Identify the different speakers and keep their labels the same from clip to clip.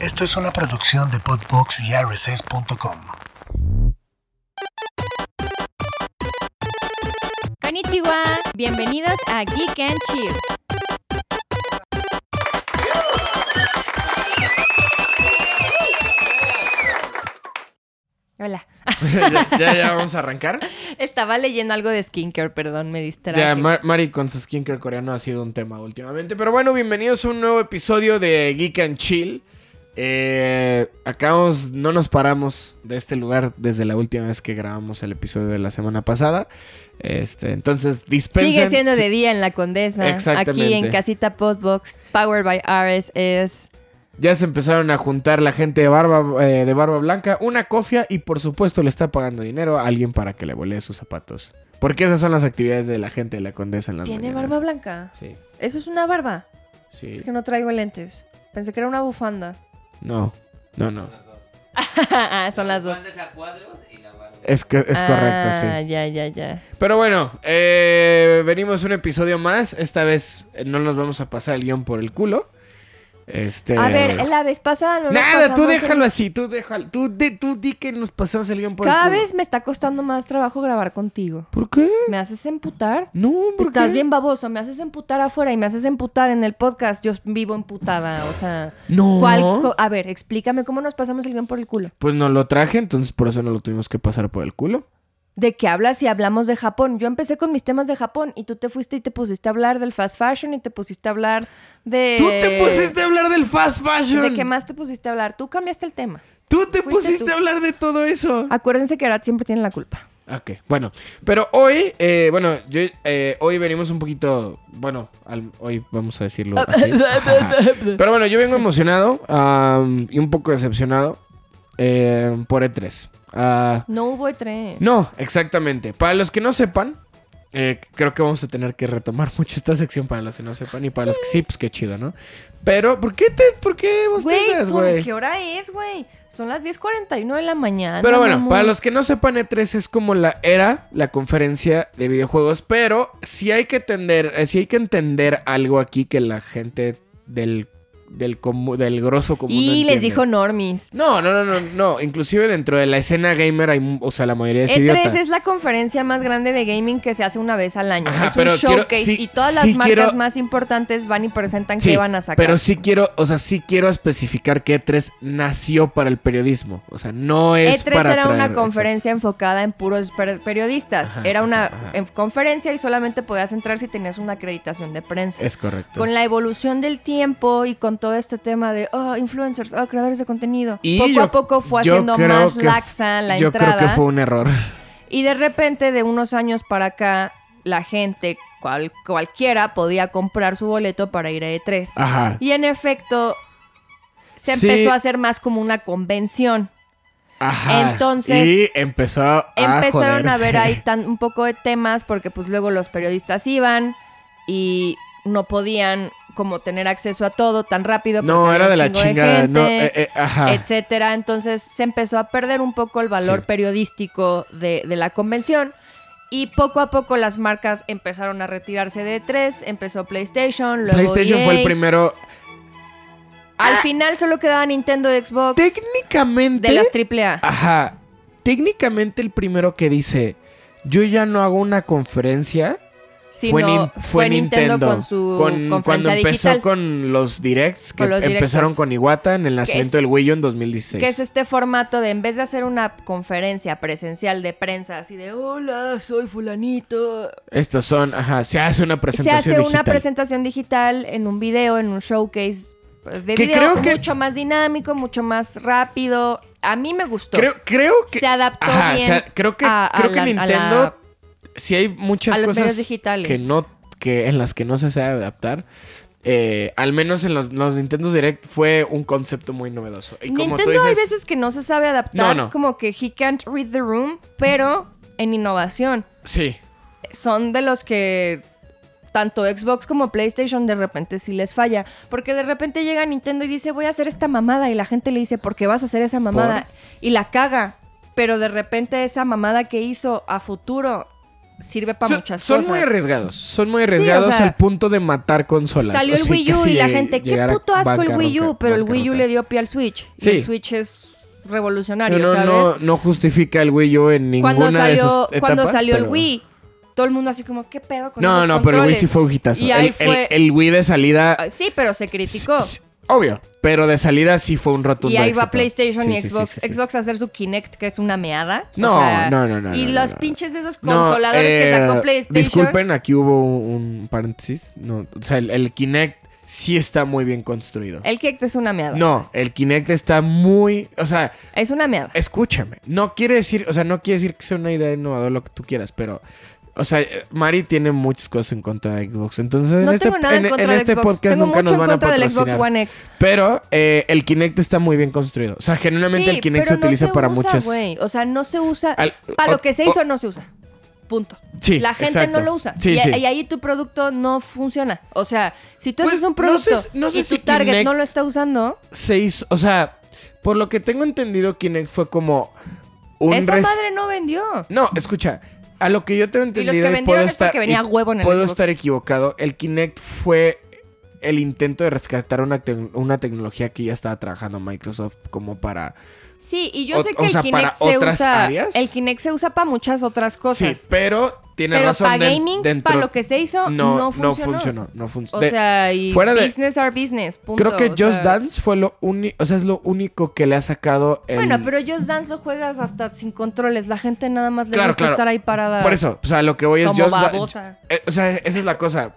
Speaker 1: Esto es una producción de Podbox y RSS.com.
Speaker 2: Konnichiwa, bienvenidos a Geek and Chill. Hola.
Speaker 3: ya, ya, ya vamos a arrancar.
Speaker 2: Estaba leyendo algo de skincare, perdón, me distraje.
Speaker 3: Ya, Ma- Mari con su skincare coreano ha sido un tema últimamente. Pero bueno, bienvenidos a un nuevo episodio de Geek and Chill. Eh, acabamos, no nos paramos de este lugar desde la última vez que grabamos el episodio de la semana pasada. Este, entonces, dispensen.
Speaker 2: Sigue siendo
Speaker 3: si-
Speaker 2: de día en la Condesa. Aquí en
Speaker 3: Exactamente.
Speaker 2: Casita Podbox, Powered by RSS.
Speaker 3: Ya se empezaron a juntar la gente de barba, eh, de barba blanca, una cofia y por supuesto le está pagando dinero a alguien para que le volee sus zapatos. Porque esas son las actividades de la gente de la condesa en las
Speaker 2: ¿Tiene
Speaker 3: mañanas.
Speaker 2: barba blanca?
Speaker 3: Sí,
Speaker 2: Eso es una barba.
Speaker 3: sí.
Speaker 2: Es que no traigo lentes. Pensé que era una bufanda.
Speaker 3: No, no, no.
Speaker 2: Ah, Son las dos.
Speaker 4: Mandas a cuadros y la barba.
Speaker 3: Es, que, es correcto,
Speaker 2: Ah,
Speaker 3: sí.
Speaker 2: Ya, ya, ya.
Speaker 3: Pero bueno, eh, venimos un episodio más. Esta vez eh, no nos vamos a pasar el guión por el culo. Este...
Speaker 2: A ver, la vez pasada no nos
Speaker 3: Nada, tú
Speaker 2: pasamos el-
Speaker 3: déjalo así, tú déjalo. Tú, di- tú di que nos pasamos el guión por
Speaker 2: Cada
Speaker 3: el culo.
Speaker 2: vez me está costando más trabajo grabar contigo.
Speaker 3: ¿Por qué?
Speaker 2: ¿Me haces emputar?
Speaker 3: No, ¿por
Speaker 2: Estás
Speaker 3: qué?
Speaker 2: bien baboso, me haces emputar afuera y me haces emputar en el podcast. Yo vivo emputada, o sea.
Speaker 3: No.
Speaker 2: ¿cuál co- a ver, explícame cómo nos pasamos el guión por el culo.
Speaker 3: Pues no lo traje, entonces por eso no lo tuvimos que pasar por el culo.
Speaker 2: ¿De qué hablas si hablamos de Japón? Yo empecé con mis temas de Japón y tú te fuiste y te pusiste a hablar del fast fashion y te pusiste a hablar de.
Speaker 3: Tú te pusiste a hablar del fast fashion.
Speaker 2: Eh, ¿De qué más te pusiste a hablar? Tú cambiaste el tema.
Speaker 3: Tú te
Speaker 2: Fuiste
Speaker 3: pusiste
Speaker 2: tú.
Speaker 3: a hablar de todo eso.
Speaker 2: Acuérdense que Arad siempre tiene la culpa.
Speaker 3: Ok, bueno, pero hoy, eh, bueno, yo, eh, hoy venimos un poquito, bueno, al- hoy vamos a decirlo así. pero bueno, yo vengo emocionado am, y un poco decepcionado eh, por E3. Ah,
Speaker 2: No hubo E E3.
Speaker 3: no, exactamente. Para los que no sepan, eh, creo que vamos a tener que retomar mucho esta sección para los que no sepan y para los que sí, pues qué chido, ¿no? Pero, ¿por qué te, por qué
Speaker 2: Güey,
Speaker 3: bostezas,
Speaker 2: son-
Speaker 3: pues güey?
Speaker 2: ¿qué hora es, güey? Son las 10.41 de la mañana.
Speaker 3: Pero bueno,
Speaker 2: mamón.
Speaker 3: para los que no sepan, E3 es como la era, la conferencia de videojuegos, pero sí hay que entender, eh, sí hay que entender algo aquí que la gente del, del, comu- del grosso común no
Speaker 2: Y les
Speaker 3: entiende.
Speaker 2: dijo Normis.
Speaker 3: No, no, no, no, no, inclusive dentro de la escena gamer hay, mu- o sea, la mayoría es idiota.
Speaker 2: E3 E es la conferencia más grande de gaming que se hace una vez al año.
Speaker 3: Ajá,
Speaker 2: es un
Speaker 3: pero quiero-
Speaker 2: showcase
Speaker 3: sí-
Speaker 2: y todas las
Speaker 3: sí
Speaker 2: marcas
Speaker 3: quiero-
Speaker 2: más importantes van y presentan
Speaker 3: Sí,
Speaker 2: qué van a sacar.
Speaker 3: Pero sí quiero, o sea, sí quiero especificar que E3 nació para el periodismo. O sea, no es
Speaker 2: E3
Speaker 3: para
Speaker 2: E era una
Speaker 3: atraer-
Speaker 2: conferencia enfocada en puros per- periodistas.
Speaker 3: Ajá,
Speaker 2: era una
Speaker 3: ajá, ajá.
Speaker 2: em, conferencia y solamente podías entrar si tenías una acreditación de prensa.
Speaker 3: Exacto. Es correcto.
Speaker 2: Con la evolución del tiempo y con todo este tema de oh, influencers, oh, creadores de contenido,
Speaker 3: Y
Speaker 2: poco
Speaker 3: yo-
Speaker 2: a poco fue
Speaker 3: yo
Speaker 2: haciendo
Speaker 3: creo
Speaker 2: más
Speaker 3: que f-
Speaker 2: laxa la
Speaker 3: Yo
Speaker 2: entrada.
Speaker 3: creo que fue un error.
Speaker 2: Y de repente, de unos años para acá, la gente, cual- cualquiera, podía comprar su boleto para ir a E3.
Speaker 3: Ajá.
Speaker 2: Y en efecto, se
Speaker 3: Ah. Sí.
Speaker 2: empezó a hacer más como una convención.
Speaker 3: Ajá.
Speaker 2: Entonces-
Speaker 3: Y empezó a.
Speaker 2: Empezaron a ver
Speaker 3: joderse.
Speaker 2: ahí tan, un poco de temas porque pues luego los periodistas iban y no podían como tener acceso a todo tan rápido. porque
Speaker 3: No,
Speaker 2: había
Speaker 3: era
Speaker 2: un
Speaker 3: de la
Speaker 2: chingo
Speaker 3: chingada.
Speaker 2: gente,
Speaker 3: no, eh, eh, ajá.
Speaker 2: etcétera. Entonces se empezó a perder un poco el valor
Speaker 3: Sí.
Speaker 2: periodístico de, de la convención. Y poco a poco las marcas empezaron a retirarse de E tres. Empezó PlayStation, luego
Speaker 3: PlayStation fue el
Speaker 2: EA.
Speaker 3: primero.
Speaker 2: Al final solo quedaba Nintendo y Xbox
Speaker 3: Técnicamente.
Speaker 2: Pues,
Speaker 3: Ah,
Speaker 2: de las AAA.
Speaker 3: Ajá. Técnicamente el primero que dice. Yo ya no hago una conferencia.
Speaker 2: Sino
Speaker 3: fue, Nin- fue
Speaker 2: fue
Speaker 3: Nintendo,
Speaker 2: Nintendo, con su
Speaker 3: Con- cuando
Speaker 2: conferencia
Speaker 3: empezó
Speaker 2: digital.
Speaker 3: con los directs que
Speaker 2: Con los
Speaker 3: empezaron
Speaker 2: directos.
Speaker 3: con Iwata en el
Speaker 2: es-
Speaker 3: nacimiento del Wii U en 2016.
Speaker 2: Que es este formato de en vez de hacer una conferencia presencial de prensa así de hola, soy fulanito,
Speaker 3: Estos son, ajá, se hace una
Speaker 2: se
Speaker 3: presentación
Speaker 2: hace una
Speaker 3: digital.
Speaker 2: presentación digital en un video, en un showcase pues, de
Speaker 3: Que
Speaker 2: video
Speaker 3: creo que-
Speaker 2: mucho más dinámico, mucho más rápido. A mí me gustó.
Speaker 3: Creo, creo que
Speaker 2: se adaptó
Speaker 3: Ajá, o
Speaker 2: bien
Speaker 3: sea, creo que,
Speaker 2: a, a
Speaker 3: creo que
Speaker 2: la- a
Speaker 3: Nintendo,
Speaker 2: la-
Speaker 3: si hay muchas
Speaker 2: a los medios
Speaker 3: cosas
Speaker 2: digitales.
Speaker 3: que no, que en las que no se sabe adaptar, eh, al menos en los, los Nintendo Direct fue un concepto muy novedoso. Y como
Speaker 2: Nintendo
Speaker 3: tú dices,
Speaker 2: hay veces que no se sabe adaptar,
Speaker 3: No, no.
Speaker 2: como que he can't read the room, pero en innovación.
Speaker 3: sí,
Speaker 2: son de los que tanto Xbox como PlayStation de repente sí les falla. Porque de repente llega Nintendo y dice, voy a hacer esta mamada. Y la gente le dice, ¿por qué vas a hacer esa mamada? Y la caga. Pero de repente esa mamada que hizo a futuro sirve para
Speaker 3: Son-
Speaker 2: muchas
Speaker 3: son
Speaker 2: cosas.
Speaker 3: muy arriesgados. Son muy
Speaker 2: Sí, o
Speaker 3: arriesgados
Speaker 2: sea-
Speaker 3: al punto de matar consolas.
Speaker 2: Salió
Speaker 3: o
Speaker 2: el
Speaker 3: sea,
Speaker 2: Wii U
Speaker 3: casi
Speaker 2: y la gente, qué
Speaker 3: llegar a
Speaker 2: puto asco el Wii U,
Speaker 3: bancarrota-
Speaker 2: pero el Wii U
Speaker 3: bancarrota.
Speaker 2: le dio pie al Switch. Y
Speaker 3: Sí.
Speaker 2: el Switch es revolucionario,
Speaker 3: No, no,
Speaker 2: ¿sabes?
Speaker 3: no, no justifica el Wii U en ninguna
Speaker 2: cuando
Speaker 3: de
Speaker 2: salió,
Speaker 3: sus etapas,
Speaker 2: cuando salió el
Speaker 3: pero-
Speaker 2: Wii, todo el mundo así como, ¿qué pedo con
Speaker 3: No,
Speaker 2: esos
Speaker 3: no,
Speaker 2: controles?
Speaker 3: pero el Wii sí fue un hitazo.
Speaker 2: Y
Speaker 3: el,
Speaker 2: ahí
Speaker 3: el-
Speaker 2: fue-
Speaker 3: el Wii de salida...
Speaker 2: Ah, Sí, pero se criticó.
Speaker 3: s- s- Obvio, pero de salida sí fue un rotundo
Speaker 2: Y ahí va
Speaker 3: éxito.
Speaker 2: PlayStation
Speaker 3: Sí,
Speaker 2: y
Speaker 3: sí, sí,
Speaker 2: Xbox.
Speaker 3: sí, sí.
Speaker 2: Xbox a hacer su Kinect, que es una meada. O
Speaker 3: No,
Speaker 2: sea,
Speaker 3: no, no, no,
Speaker 2: Y
Speaker 3: no, no,
Speaker 2: los
Speaker 3: no.
Speaker 2: pinches de esos
Speaker 3: No,
Speaker 2: consoladores que
Speaker 3: eh,
Speaker 2: sacó PlayStation.
Speaker 3: Disculpen, aquí hubo un, un paréntesis. No, o sea, el, el Kinect sí está muy bien construido.
Speaker 2: El Kinect es una meada.
Speaker 3: No, el Kinect está muy... O sea,
Speaker 2: Es una meada.
Speaker 3: Eh, escúchame. No quiere decir... O sea, no quiere decir que sea una idea innovadora lo que tú quieras, pero... O sea, eh, Mari tiene muchas cosas en contra de Xbox. Entonces,
Speaker 2: No
Speaker 3: en este,
Speaker 2: tengo nada en,
Speaker 3: en-
Speaker 2: contra
Speaker 3: en
Speaker 2: del
Speaker 3: este
Speaker 2: Xbox.
Speaker 3: podcast
Speaker 2: tengo
Speaker 3: nunca
Speaker 2: mucho
Speaker 3: nos
Speaker 2: en
Speaker 3: van
Speaker 2: contra
Speaker 3: a
Speaker 2: del Xbox
Speaker 3: patrocinar.
Speaker 2: One X.
Speaker 3: Pero eh, el Kinect está muy bien construido. O sea, genuinamente
Speaker 2: Sí,
Speaker 3: el Kinect se
Speaker 2: pero no
Speaker 3: utiliza para
Speaker 2: usa,
Speaker 3: muchas.
Speaker 2: güey. O sea, no se usa.
Speaker 3: Al-
Speaker 2: para
Speaker 3: o-
Speaker 2: lo que se
Speaker 3: o-
Speaker 2: hizo, no se usa. Punto.
Speaker 3: Sí,
Speaker 2: La gente
Speaker 3: exacto.
Speaker 2: no lo usa.
Speaker 3: Sí,
Speaker 2: y,
Speaker 3: sí.
Speaker 2: y ahí tu producto no funciona. O sea, si tú
Speaker 3: Pues,
Speaker 2: haces un
Speaker 3: no sé
Speaker 2: producto
Speaker 3: si- no sé
Speaker 2: y tu
Speaker 3: si
Speaker 2: target
Speaker 3: Kinect-
Speaker 2: no lo está usando,
Speaker 3: Se hizo- o sea, por lo que tengo entendido, Kinect fue como un
Speaker 2: esa
Speaker 3: res-
Speaker 2: madre no vendió.
Speaker 3: No, escucha. A lo que yo tengo
Speaker 2: que
Speaker 3: entendido.
Speaker 2: vendieron
Speaker 3: puedo
Speaker 2: es
Speaker 3: estar,
Speaker 2: porque venía
Speaker 3: y
Speaker 2: huevo en el
Speaker 3: Puedo
Speaker 2: Xbox.
Speaker 3: estar equivocado. El Kinect fue el intento de rescatar una, tec- una tecnología que ya estaba trabajando Microsoft como para.
Speaker 2: Sí, y yo
Speaker 3: O-
Speaker 2: sé
Speaker 3: o
Speaker 2: que
Speaker 3: sea,
Speaker 2: el Kinect
Speaker 3: para
Speaker 2: se
Speaker 3: otras
Speaker 2: usa.
Speaker 3: áreas.
Speaker 2: El Kinect se usa para muchas otras cosas.
Speaker 3: Sí, pero tiene
Speaker 2: pero
Speaker 3: razón.
Speaker 2: para
Speaker 3: den-
Speaker 2: gaming,
Speaker 3: dentro-
Speaker 2: para lo que se hizo, no,
Speaker 3: no,
Speaker 2: funcionó.
Speaker 3: no funcionó. No funcionó.
Speaker 2: O
Speaker 3: De-
Speaker 2: sea, y
Speaker 3: fuera de-
Speaker 2: business are business. punto.
Speaker 3: Creo que
Speaker 2: O
Speaker 3: Just
Speaker 2: sea,
Speaker 3: Dance fue lo único, o sea, es lo único que le ha sacado el...
Speaker 2: Bueno, pero Just Dance lo juegas hasta sin controles. La gente nada más le
Speaker 3: Claro,
Speaker 2: gusta
Speaker 3: claro.
Speaker 2: estar ahí parada.
Speaker 3: Por eso, o sea, lo que voy es
Speaker 2: Como
Speaker 3: Just Dan-
Speaker 2: babosa.
Speaker 3: Eh, o sea, esa es la cosa.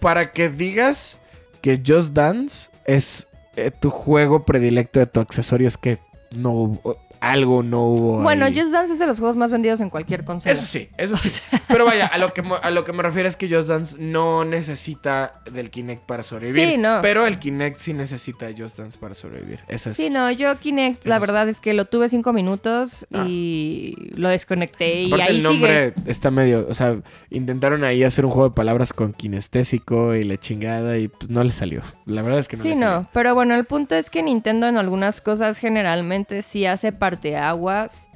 Speaker 3: Para que digas que Just Dance es eh, tu juego predilecto de tu accesorio, es que no hubo, algo no hubo
Speaker 2: Bueno,
Speaker 3: ahí.
Speaker 2: Just Dance es de los juegos más vendidos en cualquier consola.
Speaker 3: Eso sí, eso sí. Pero vaya, a lo, que, mo- a lo que me refiero es que Just Dance no necesita del Kinect para sobrevivir.
Speaker 2: Sí, no.
Speaker 3: Pero el Kinect sí necesita de Just Dance para sobrevivir. Esa es-
Speaker 2: Sí, no, yo Kinect, la
Speaker 3: Eso es-
Speaker 2: verdad es que lo tuve cinco minutos
Speaker 3: Ah.
Speaker 2: y lo desconecté y
Speaker 3: Aparte
Speaker 2: ahí
Speaker 3: el
Speaker 2: sigue.
Speaker 3: nombre está medio, o sea, intentaron ahí hacer un juego de palabras con kinestésico y la chingada y pues no le salió. La verdad es que no
Speaker 2: sí,
Speaker 3: le
Speaker 2: no,
Speaker 3: salió.
Speaker 2: pero bueno, el punto es que Nintendo en algunas cosas generalmente sí hace parteaguas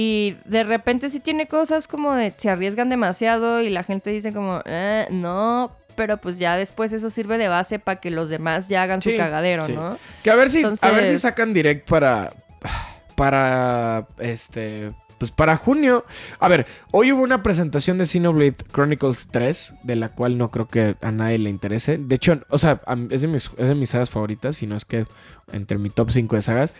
Speaker 2: y de repente sí tiene cosas como de se arriesgan demasiado y la gente dice como, eh, no, pero pues ya después eso sirve de base para que los demás ya hagan
Speaker 3: Sí,
Speaker 2: su cagadero,
Speaker 3: sí.
Speaker 2: ¿no?
Speaker 3: Que a ver si a ver si
Speaker 2: Entonces-
Speaker 3: sacan direct para para este pues para junio. A ver, hoy hubo una presentación de Xenoblade Chronicles 3, de la cual no creo que a nadie le interese. De hecho, o sea, a mí- es de mis, es de mis sagas favoritas, si no es que entre mi top 5 de sagas.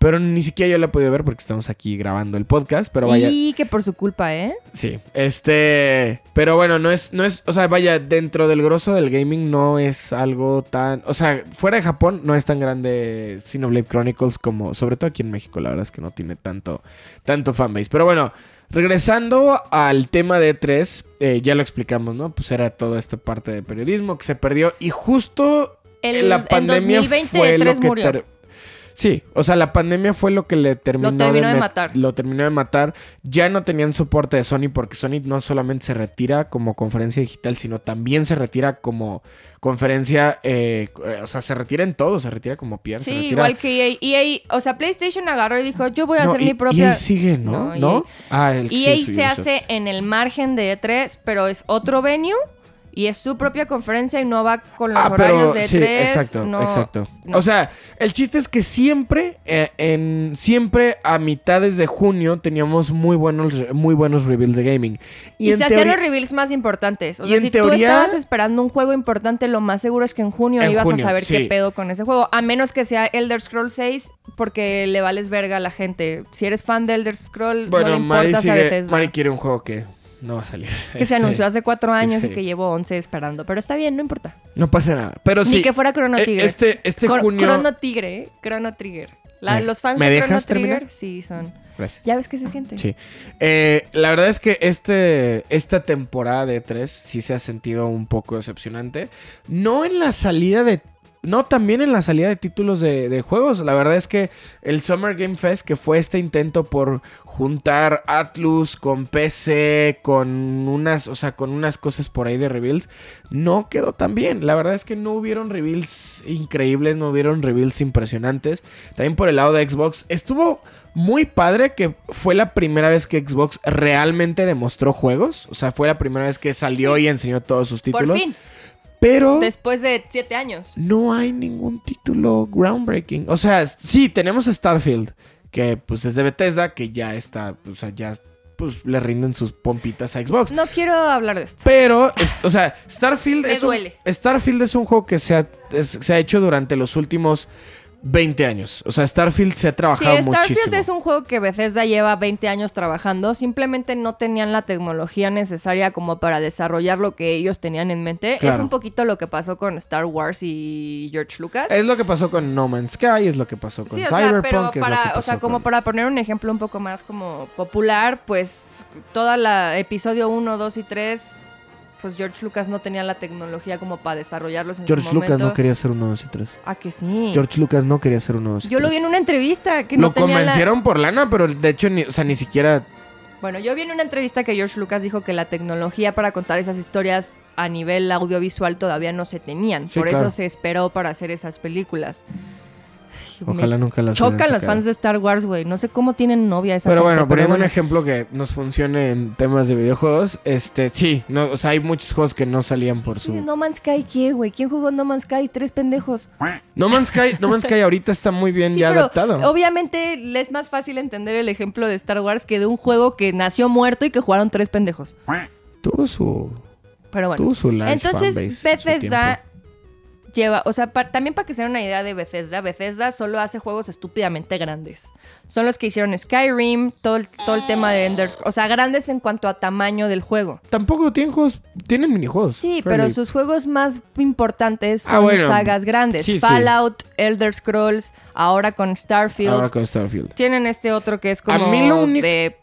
Speaker 3: Pero ni siquiera yo la he podido ver porque estamos aquí grabando el podcast. Pero vaya.
Speaker 2: Y que por su culpa, ¿eh?
Speaker 3: Sí, este, pero bueno, no es, no es, o sea, vaya, dentro del grosso del gaming no es algo tan, o sea, fuera de Japón no es tan grande Xenoblade Chronicles como, sobre todo aquí en México, la verdad es que no tiene tanto, tanto fanbase. Pero bueno, regresando al tema de E3, eh, ya lo explicamos, ¿no? Pues era toda esta parte de periodismo que se perdió y justo
Speaker 2: El-
Speaker 3: la pandemia
Speaker 2: en 2020
Speaker 3: fue
Speaker 2: E3
Speaker 3: lo que
Speaker 2: E murió.
Speaker 3: ter- Sí, o sea, la pandemia fue lo que le terminó,
Speaker 2: terminó de
Speaker 3: met-
Speaker 2: matar.
Speaker 3: Lo terminó de matar. Ya no tenían soporte de Sony porque Sony no solamente se retira como conferencia digital, sino también se retira como conferencia, eh, eh, o sea, se retira en todo, se retira como PR, se
Speaker 2: Sí,
Speaker 3: retira-
Speaker 2: igual que E EA. EA, o sea, PlayStation agarró y dijo, yo voy a
Speaker 3: No,
Speaker 2: hacer
Speaker 3: y-
Speaker 2: mi propia...
Speaker 3: EA sigue,
Speaker 2: No,
Speaker 3: ¿no? ¿No?
Speaker 2: EA.
Speaker 3: Ah, el
Speaker 2: EA
Speaker 3: sí,
Speaker 2: se
Speaker 3: Ubisoft.
Speaker 2: hace en el margen de E3, pero es otro venue y es su propia conferencia y no va con los
Speaker 3: Ah,
Speaker 2: horarios de E3.
Speaker 3: sí, exacto,
Speaker 2: no-
Speaker 3: exacto.
Speaker 2: no.
Speaker 3: O sea, el chiste es que siempre, eh, en, siempre a mitades de junio teníamos muy buenos, muy buenos reveals de gaming.
Speaker 2: Y,
Speaker 3: en
Speaker 2: se hacían
Speaker 3: teoría-
Speaker 2: los reveals más importantes. O
Speaker 3: y
Speaker 2: sea,
Speaker 3: en
Speaker 2: si tú
Speaker 3: teoría-
Speaker 2: estabas esperando un juego importante, lo más seguro es que en junio
Speaker 3: En
Speaker 2: ibas
Speaker 3: junio,
Speaker 2: a saber
Speaker 3: sí.
Speaker 2: qué pedo con ese juego. A menos que sea Elder Scrolls 6, porque le vales verga a la gente. Si eres fan de Elder Scroll,
Speaker 3: Bueno,
Speaker 2: no le
Speaker 3: Mari,
Speaker 2: importas a
Speaker 3: sigue-
Speaker 2: Bethesda.
Speaker 3: Mari quiere un juego que no va a salir. Este,
Speaker 2: Que se anunció hace cuatro años
Speaker 3: sí.
Speaker 2: y que llevo 11 esperando. Pero está bien, no importa.
Speaker 3: No pasa nada. Pero sí.
Speaker 2: Ni que fuera Chrono
Speaker 3: eh,
Speaker 2: Trigger.
Speaker 3: Este, este
Speaker 2: Cor-
Speaker 3: junio.
Speaker 2: Chrono Trigger, ¿eh? Chrono Trigger. La-
Speaker 3: ¿Me-
Speaker 2: los fans
Speaker 3: me
Speaker 2: de Chrono
Speaker 3: dejas
Speaker 2: Trigger
Speaker 3: terminar?
Speaker 2: sí son.
Speaker 3: Gracias.
Speaker 2: ¿Ya ves qué se siente?
Speaker 3: Sí. Eh, la verdad es que este, esta E temporada de E3 sí se ha sentido un poco decepcionante. No en la salida de No, también en la salida de títulos de, de juegos. La verdad es que el Summer Game Fest, que fue este intento por juntar Atlus con PC, con unas, o sea, con unas cosas por ahí de reveals, no quedó tan bien. La verdad es que no hubieron reveals increíbles, no hubieron reveals impresionantes. También por el lado de Xbox, estuvo muy padre que fue la primera vez que Xbox realmente demostró juegos. O sea, fue la primera vez que salió y enseñó todos sus títulos. Oh.
Speaker 2: Por fin,
Speaker 3: Pero
Speaker 2: después de siete años.
Speaker 3: no hay ningún título groundbreaking. O sea, s- sí, tenemos Starfield, que pues es de Bethesda, que ya está, o sea, ya pues le rinden sus pompitas a Xbox.
Speaker 2: No quiero hablar de esto.
Speaker 3: Pero, es- o sea, Starfield
Speaker 2: Me
Speaker 3: es, un,
Speaker 2: duele.
Speaker 3: Starfield es un juego que se ha, es- se ha hecho durante los últimos 20 años. O sea, Starfield se ha
Speaker 2: Si
Speaker 3: trabajado
Speaker 2: Starfield
Speaker 3: muchísimo.
Speaker 2: es un juego que Bethesda lleva 20 años trabajando, simplemente no tenían la tecnología necesaria como para desarrollar lo que ellos tenían en mente. Es
Speaker 3: Claro.
Speaker 2: un poquito lo que pasó con Star Wars y George Lucas.
Speaker 3: Es lo que pasó con No Man's Sky, es lo que pasó con
Speaker 2: Sí, o sea,
Speaker 3: Cyberpunk.
Speaker 2: pero
Speaker 3: es lo
Speaker 2: para,
Speaker 3: que
Speaker 2: o sea,
Speaker 3: pasó
Speaker 2: como
Speaker 3: con-
Speaker 2: para poner un ejemplo un poco más como popular, pues toda la episodio 1, 2 y 3, pues George Lucas no tenía la tecnología como para desarrollarlos en
Speaker 3: George
Speaker 2: su momento.
Speaker 3: Lucas no quería ser uno, dos y tres.
Speaker 2: Ah, que sí.
Speaker 3: George Lucas no quería ser uno, dos y
Speaker 2: Yo lo
Speaker 3: tres.
Speaker 2: vi en una entrevista que
Speaker 3: lo
Speaker 2: no tenía la-
Speaker 3: convencieron por lana, pero de hecho, ni, o sea, ni siquiera.
Speaker 2: Bueno, yo vi en una entrevista que George Lucas dijo que la tecnología para contar esas historias a nivel audiovisual todavía no se tenían.
Speaker 3: Sí,
Speaker 2: Por
Speaker 3: claro.
Speaker 2: eso se esperó para hacer esas películas. Ay, me
Speaker 3: Ojalá nunca la
Speaker 2: Chocan los fans de Star Wars, güey. No sé cómo tienen novia esa
Speaker 3: Pero
Speaker 2: gente,
Speaker 3: bueno, poniendo
Speaker 2: bueno.
Speaker 3: un ejemplo que nos funcione en temas de videojuegos, este, sí, no, o sea, hay muchos juegos que no salían por
Speaker 2: ¿Quién es
Speaker 3: su.
Speaker 2: No Man's Sky qué, güey? ¿Quién jugó No Man's Sky? Tres pendejos.
Speaker 3: No Man's Sky, no Man's Sky ahorita está muy bien
Speaker 2: Sí,
Speaker 3: ya
Speaker 2: pero
Speaker 3: adaptado.
Speaker 2: obviamente le es más fácil entender el ejemplo de Star Wars que de un juego que nació muerto y que jugaron tres pendejos.
Speaker 3: Tuvo su,
Speaker 2: Pero bueno.
Speaker 3: tuvo su large fanbase en
Speaker 2: Entonces,
Speaker 3: su
Speaker 2: Bethesda
Speaker 3: tiempo.
Speaker 2: lleva, o sea, pa- también para que se den una idea de Bethesda, Bethesda solo hace juegos estúpidamente grandes. Son los que hicieron Skyrim, todo el, todo el tema de Enders, o sea, grandes en cuanto a tamaño del juego.
Speaker 3: Tampoco tienen juegos, tienen minijuegos.
Speaker 2: Sí, pero
Speaker 3: Fairly.
Speaker 2: sus juegos más importantes
Speaker 3: Ah,
Speaker 2: son
Speaker 3: bueno.
Speaker 2: sagas grandes.
Speaker 3: Sí, sí.
Speaker 2: Fallout, Elder Scrolls, ahora con Starfield.
Speaker 3: Ahora con Starfield.
Speaker 2: Tienen este otro que es como
Speaker 3: Ah, mí lo único-
Speaker 2: de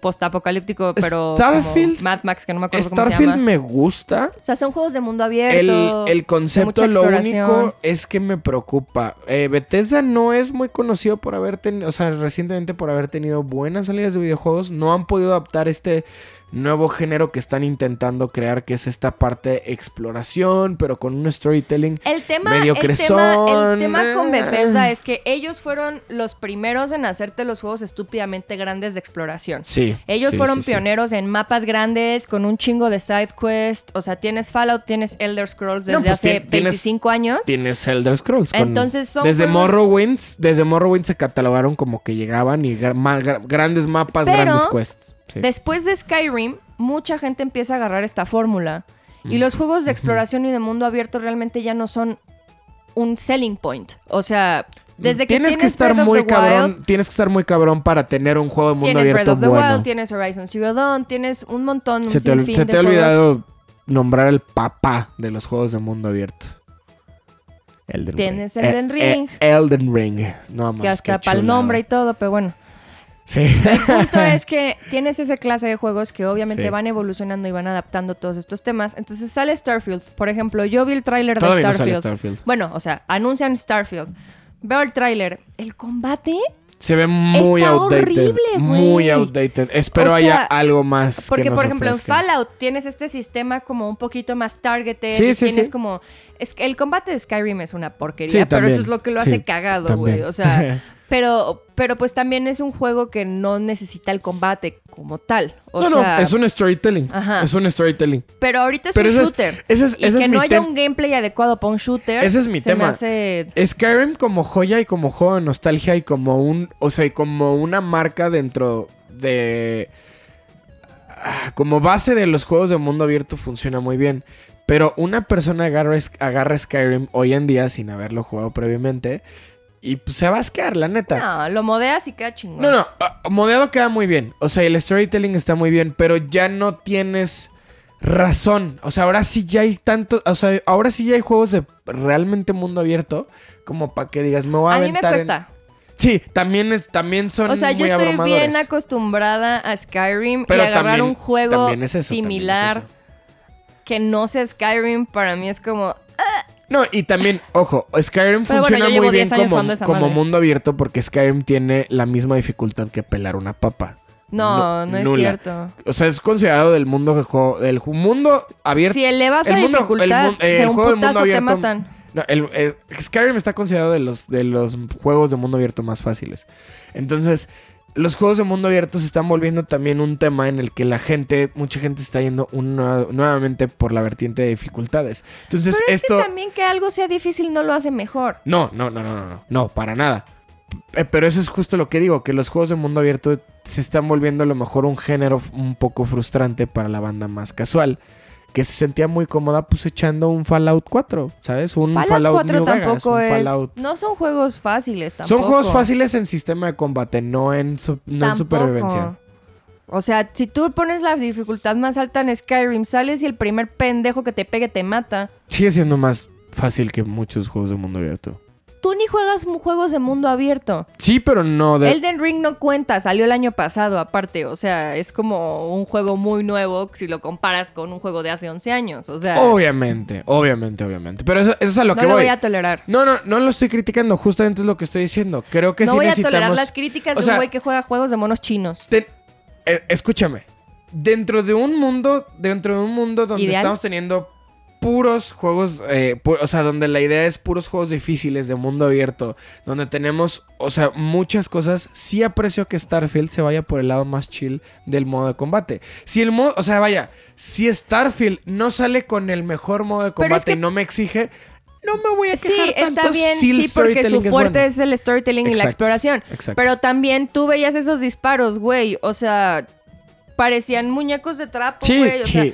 Speaker 2: postapocalíptico, pero como
Speaker 3: Starfield-
Speaker 2: Mad Max, que no me acuerdo cómo
Speaker 3: Starfield
Speaker 2: se llama.
Speaker 3: me gusta.
Speaker 2: O sea, son juegos de mundo
Speaker 3: El,
Speaker 2: abierto.
Speaker 3: el concepto,
Speaker 2: mucha
Speaker 3: lo
Speaker 2: exploración.
Speaker 3: único es que me preocupa. Eh, Bethesda no es muy conocido por haber tenido, o sea, recientemente por haber tenido buenas salidas de videojuegos. No han podido adaptar este nuevo género que están intentando crear, que es esta parte de exploración, pero con un storytelling.
Speaker 2: El tema,
Speaker 3: medio
Speaker 2: el tema, el
Speaker 3: crezón,
Speaker 2: tema con
Speaker 3: eh.
Speaker 2: Bethesda es que ellos fueron los primeros en hacerte los juegos estúpidamente grandes de exploración.
Speaker 3: Sí.
Speaker 2: Ellos
Speaker 3: sí,
Speaker 2: fueron
Speaker 3: sí, sí.
Speaker 2: pioneros en mapas grandes, con un chingo de side quest. O sea, tienes Fallout, tienes Elder Scrolls
Speaker 3: No,
Speaker 2: desde
Speaker 3: pues,
Speaker 2: hace
Speaker 3: ti- tienes-
Speaker 2: 25 años.
Speaker 3: Tienes Elder Scrolls. con-
Speaker 2: Entonces son
Speaker 3: desde
Speaker 2: juegos-
Speaker 3: Morrowind, desde Morrowind se catalogaron como que llegaban y gra- ma- gra- grandes mapas,
Speaker 2: Pero,
Speaker 3: grandes quests. Sí.
Speaker 2: Después de Skyrim, mucha gente empieza a agarrar esta fórmula. Y
Speaker 3: Mm.
Speaker 2: los juegos de exploración y de mundo abierto realmente ya no son un selling point. O sea, desde que
Speaker 3: tienes
Speaker 2: tienes,
Speaker 3: que estar
Speaker 2: Breath of
Speaker 3: muy
Speaker 2: the
Speaker 3: cabrón,
Speaker 2: Wild,
Speaker 3: tienes que estar muy cabrón para tener un juego de mundo
Speaker 2: tienes Breath
Speaker 3: abierto
Speaker 2: of the
Speaker 3: bueno.
Speaker 2: Wild, tienes Horizon Zero Dawn, tienes un montón, un
Speaker 3: se te, ol-
Speaker 2: sinfín
Speaker 3: se
Speaker 2: de
Speaker 3: te ha
Speaker 2: juegos.
Speaker 3: olvidado nombrar el papá de los juegos de mundo abierto. Elden
Speaker 2: Tienes
Speaker 3: Ring.
Speaker 2: Elden
Speaker 3: Eh, eh,
Speaker 2: Ring.
Speaker 3: Elden Ring. No mames.
Speaker 2: Que hasta
Speaker 3: qué
Speaker 2: para el
Speaker 3: chulada.
Speaker 2: nombre y todo, pero bueno.
Speaker 3: Sí.
Speaker 2: El punto es que tienes esa clase de juegos que obviamente
Speaker 3: Sí.
Speaker 2: van evolucionando y van adaptando todos estos temas. Entonces sale Starfield. Por ejemplo, yo vi el tráiler de
Speaker 3: Todavía no
Speaker 2: Starfield.
Speaker 3: sale Starfield.
Speaker 2: Bueno, o sea, anuncian Starfield. Veo el tráiler. El combate,
Speaker 3: Se ve muy
Speaker 2: Está
Speaker 3: outdated.
Speaker 2: horrible, güey.
Speaker 3: Muy outdated. Espero
Speaker 2: O sea,
Speaker 3: haya algo más. que
Speaker 2: porque
Speaker 3: nos
Speaker 2: por ejemplo
Speaker 3: ofrezcan.
Speaker 2: en Fallout tienes este sistema como un poquito más targeted.
Speaker 3: Sí,
Speaker 2: y
Speaker 3: sí,
Speaker 2: tienes
Speaker 3: sí.
Speaker 2: como es que el combate de Skyrim es una porquería,
Speaker 3: Sí,
Speaker 2: pero
Speaker 3: también.
Speaker 2: eso es lo que lo
Speaker 3: Sí,
Speaker 2: hace cagado, güey.
Speaker 3: también.
Speaker 2: O sea, pero pero pues también es un juego que no necesita el combate como tal. O
Speaker 3: no,
Speaker 2: sea,
Speaker 3: no, es un storytelling.
Speaker 2: Ajá.
Speaker 3: Es un storytelling.
Speaker 2: Pero ahorita es
Speaker 3: Pero
Speaker 2: un
Speaker 3: ese es-
Speaker 2: shooter.
Speaker 3: ese es-
Speaker 2: y
Speaker 3: ese
Speaker 2: que
Speaker 3: es
Speaker 2: no
Speaker 3: mi
Speaker 2: haya
Speaker 3: tem-
Speaker 2: un gameplay adecuado para un shooter.
Speaker 3: Ese es mi
Speaker 2: se me
Speaker 3: tema.
Speaker 2: hace-
Speaker 3: Skyrim como joya y como juego de nostalgia y como un, o sea, y como una marca dentro de ah, como base de los juegos de mundo abierto funciona muy bien. Pero una persona agarra, es- agarra Skyrim hoy en día sin haberlo jugado previamente y pues, se va a asquear, la neta.
Speaker 2: No, lo modeas y queda chingón.
Speaker 3: No, no, ah, modeado queda muy bien. O sea, el storytelling está muy bien, pero ya no tienes razón. O sea, ahora sí ya hay tanto, o sea, ahora sí ya hay juegos de realmente mundo abierto como para que digas, me voy a,
Speaker 2: a mí me
Speaker 3: aventar en-
Speaker 2: cuesta.
Speaker 3: Sí, también es también son
Speaker 2: O sea, yo
Speaker 3: muy
Speaker 2: estoy bien
Speaker 3: abrumadores.
Speaker 2: acostumbrada a Skyrim
Speaker 3: Pero
Speaker 2: y agarrar
Speaker 3: también-
Speaker 2: un juego
Speaker 3: también es eso, también es
Speaker 2: similar
Speaker 3: eso.
Speaker 2: que no sea Skyrim para mí es como...
Speaker 3: No, y también, ojo, Skyrim
Speaker 2: Pero bueno,
Speaker 3: funciona
Speaker 2: yo llevo
Speaker 3: muy bien
Speaker 2: 10 años jugando
Speaker 3: como,
Speaker 2: esa
Speaker 3: como
Speaker 2: madre.
Speaker 3: mundo abierto porque Skyrim tiene la misma dificultad que pelar una papa.
Speaker 2: No, no,
Speaker 3: No,
Speaker 2: es
Speaker 3: nula.
Speaker 2: cierto.
Speaker 3: O sea, es considerado del mundo de juego, del ju- mundo abierto.
Speaker 2: Si elevas
Speaker 3: el
Speaker 2: la
Speaker 3: mundo- el
Speaker 2: dificultad
Speaker 3: mun- eh,
Speaker 2: de
Speaker 3: el
Speaker 2: un
Speaker 3: juego del mundo
Speaker 2: putazo te
Speaker 3: abierto-
Speaker 2: matan.
Speaker 3: No, el- eh, Skyrim está considerado de los, de los juegos de mundo abierto más fáciles. Entonces, los juegos de mundo abierto se están volviendo también un tema en el que la gente, mucha gente está yendo una- nuevamente por la vertiente de dificultades. Entonces,
Speaker 2: Pero es
Speaker 3: esto...
Speaker 2: que también que algo sea difícil no lo hace mejor.
Speaker 3: No, no, no, no, no, no, no, para nada. Eh, Pero eso es justo lo que digo, que los juegos de mundo abierto se están volviendo a lo mejor un género f- un poco frustrante para la banda más casual, que se sentía muy cómoda pues echando un Fallout 4, ¿sabes? Un
Speaker 2: Fallout,
Speaker 3: Fallout,
Speaker 2: 4
Speaker 3: New Vegas,
Speaker 2: tampoco
Speaker 3: un
Speaker 2: es.
Speaker 3: Fallout-
Speaker 2: No son juegos fáciles tampoco.
Speaker 3: Son juegos fáciles en sistema de combate, no en, su- no en
Speaker 2: Tampoco.
Speaker 3: supervivencia.
Speaker 2: O sea, si tú pones la dificultad más alta en Skyrim, sales y el primer pendejo que te pegue te mata.
Speaker 3: Sigue siendo más fácil que muchos juegos de mundo abierto.
Speaker 2: Tú ni juegas mu- juegos de mundo abierto.
Speaker 3: Sí, pero no de...
Speaker 2: Elden Ring no cuenta, salió el año pasado aparte. O sea, es como un juego muy nuevo si lo comparas con un juego de hace 11 años. O sea,
Speaker 3: Obviamente, obviamente, obviamente. Pero eso, eso es a Oh, lo
Speaker 2: no
Speaker 3: que
Speaker 2: lo
Speaker 3: voy.
Speaker 2: voy a tolerar.
Speaker 3: No, no, no lo estoy criticando, justamente es lo que estoy diciendo. Creo que
Speaker 2: no
Speaker 3: sí
Speaker 2: voy
Speaker 3: necesitamos...
Speaker 2: a tolerar las críticas
Speaker 3: o
Speaker 2: de
Speaker 3: sea-
Speaker 2: un güey que juega juegos de monos chinos.
Speaker 3: Ten- eh, escúchame. Dentro de un mundo, dentro de un mundo donde
Speaker 2: Ideal.
Speaker 3: estamos teniendo puros juegos, eh, pu- o sea, donde la idea es puros juegos difíciles de mundo abierto, donde tenemos, o sea, muchas cosas, sí aprecio que Starfield se vaya por el lado más chill del modo de combate. Si el modo, o sea, vaya, si Starfield no sale con el mejor modo de
Speaker 2: Pero es
Speaker 3: combate y
Speaker 2: que-
Speaker 3: no me exige, no me voy a
Speaker 2: Sí,
Speaker 3: quejar tanto
Speaker 2: está bien,
Speaker 3: si el
Speaker 2: sí, porque su
Speaker 3: storytelling
Speaker 2: fuerte
Speaker 3: es
Speaker 2: es,
Speaker 3: bueno.
Speaker 2: el storytelling y la
Speaker 3: Exacto,
Speaker 2: exploración.
Speaker 3: exacto.
Speaker 2: Pero también tú veías esos disparos, güey. O sea, parecían muñecos de trapo,
Speaker 3: Sí,
Speaker 2: güey. O
Speaker 3: sí.
Speaker 2: sea,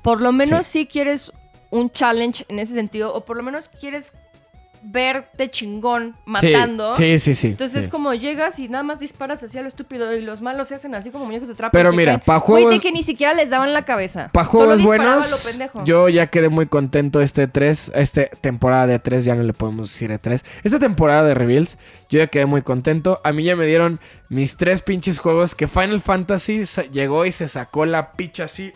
Speaker 2: por lo menos sí. quieres un challenge en ese sentido, o por lo menos quieres verte chingón matando.
Speaker 3: Sí, sí, sí.
Speaker 2: Entonces
Speaker 3: sí.
Speaker 2: como llegas y nada más disparas hacia lo estúpido y los malos se hacen así como muñecos de trapo.
Speaker 3: Pero
Speaker 2: y se
Speaker 3: mira,
Speaker 2: caen.
Speaker 3: pa'
Speaker 2: Güey, de
Speaker 3: juegos-
Speaker 2: que ni siquiera les daban la cabeza.
Speaker 3: Para
Speaker 2: Solo
Speaker 3: juegos
Speaker 2: disparaba a
Speaker 3: buenos,
Speaker 2: lo pendejo.
Speaker 3: yo ya quedé muy contento este 3, este temporada de 3, ya no le podemos decir de 3. Esta temporada de Reveals, yo ya quedé muy contento. A mí ya me dieron mis tres pinches juegos que Final Fantasy sa- llegó y se sacó la picha así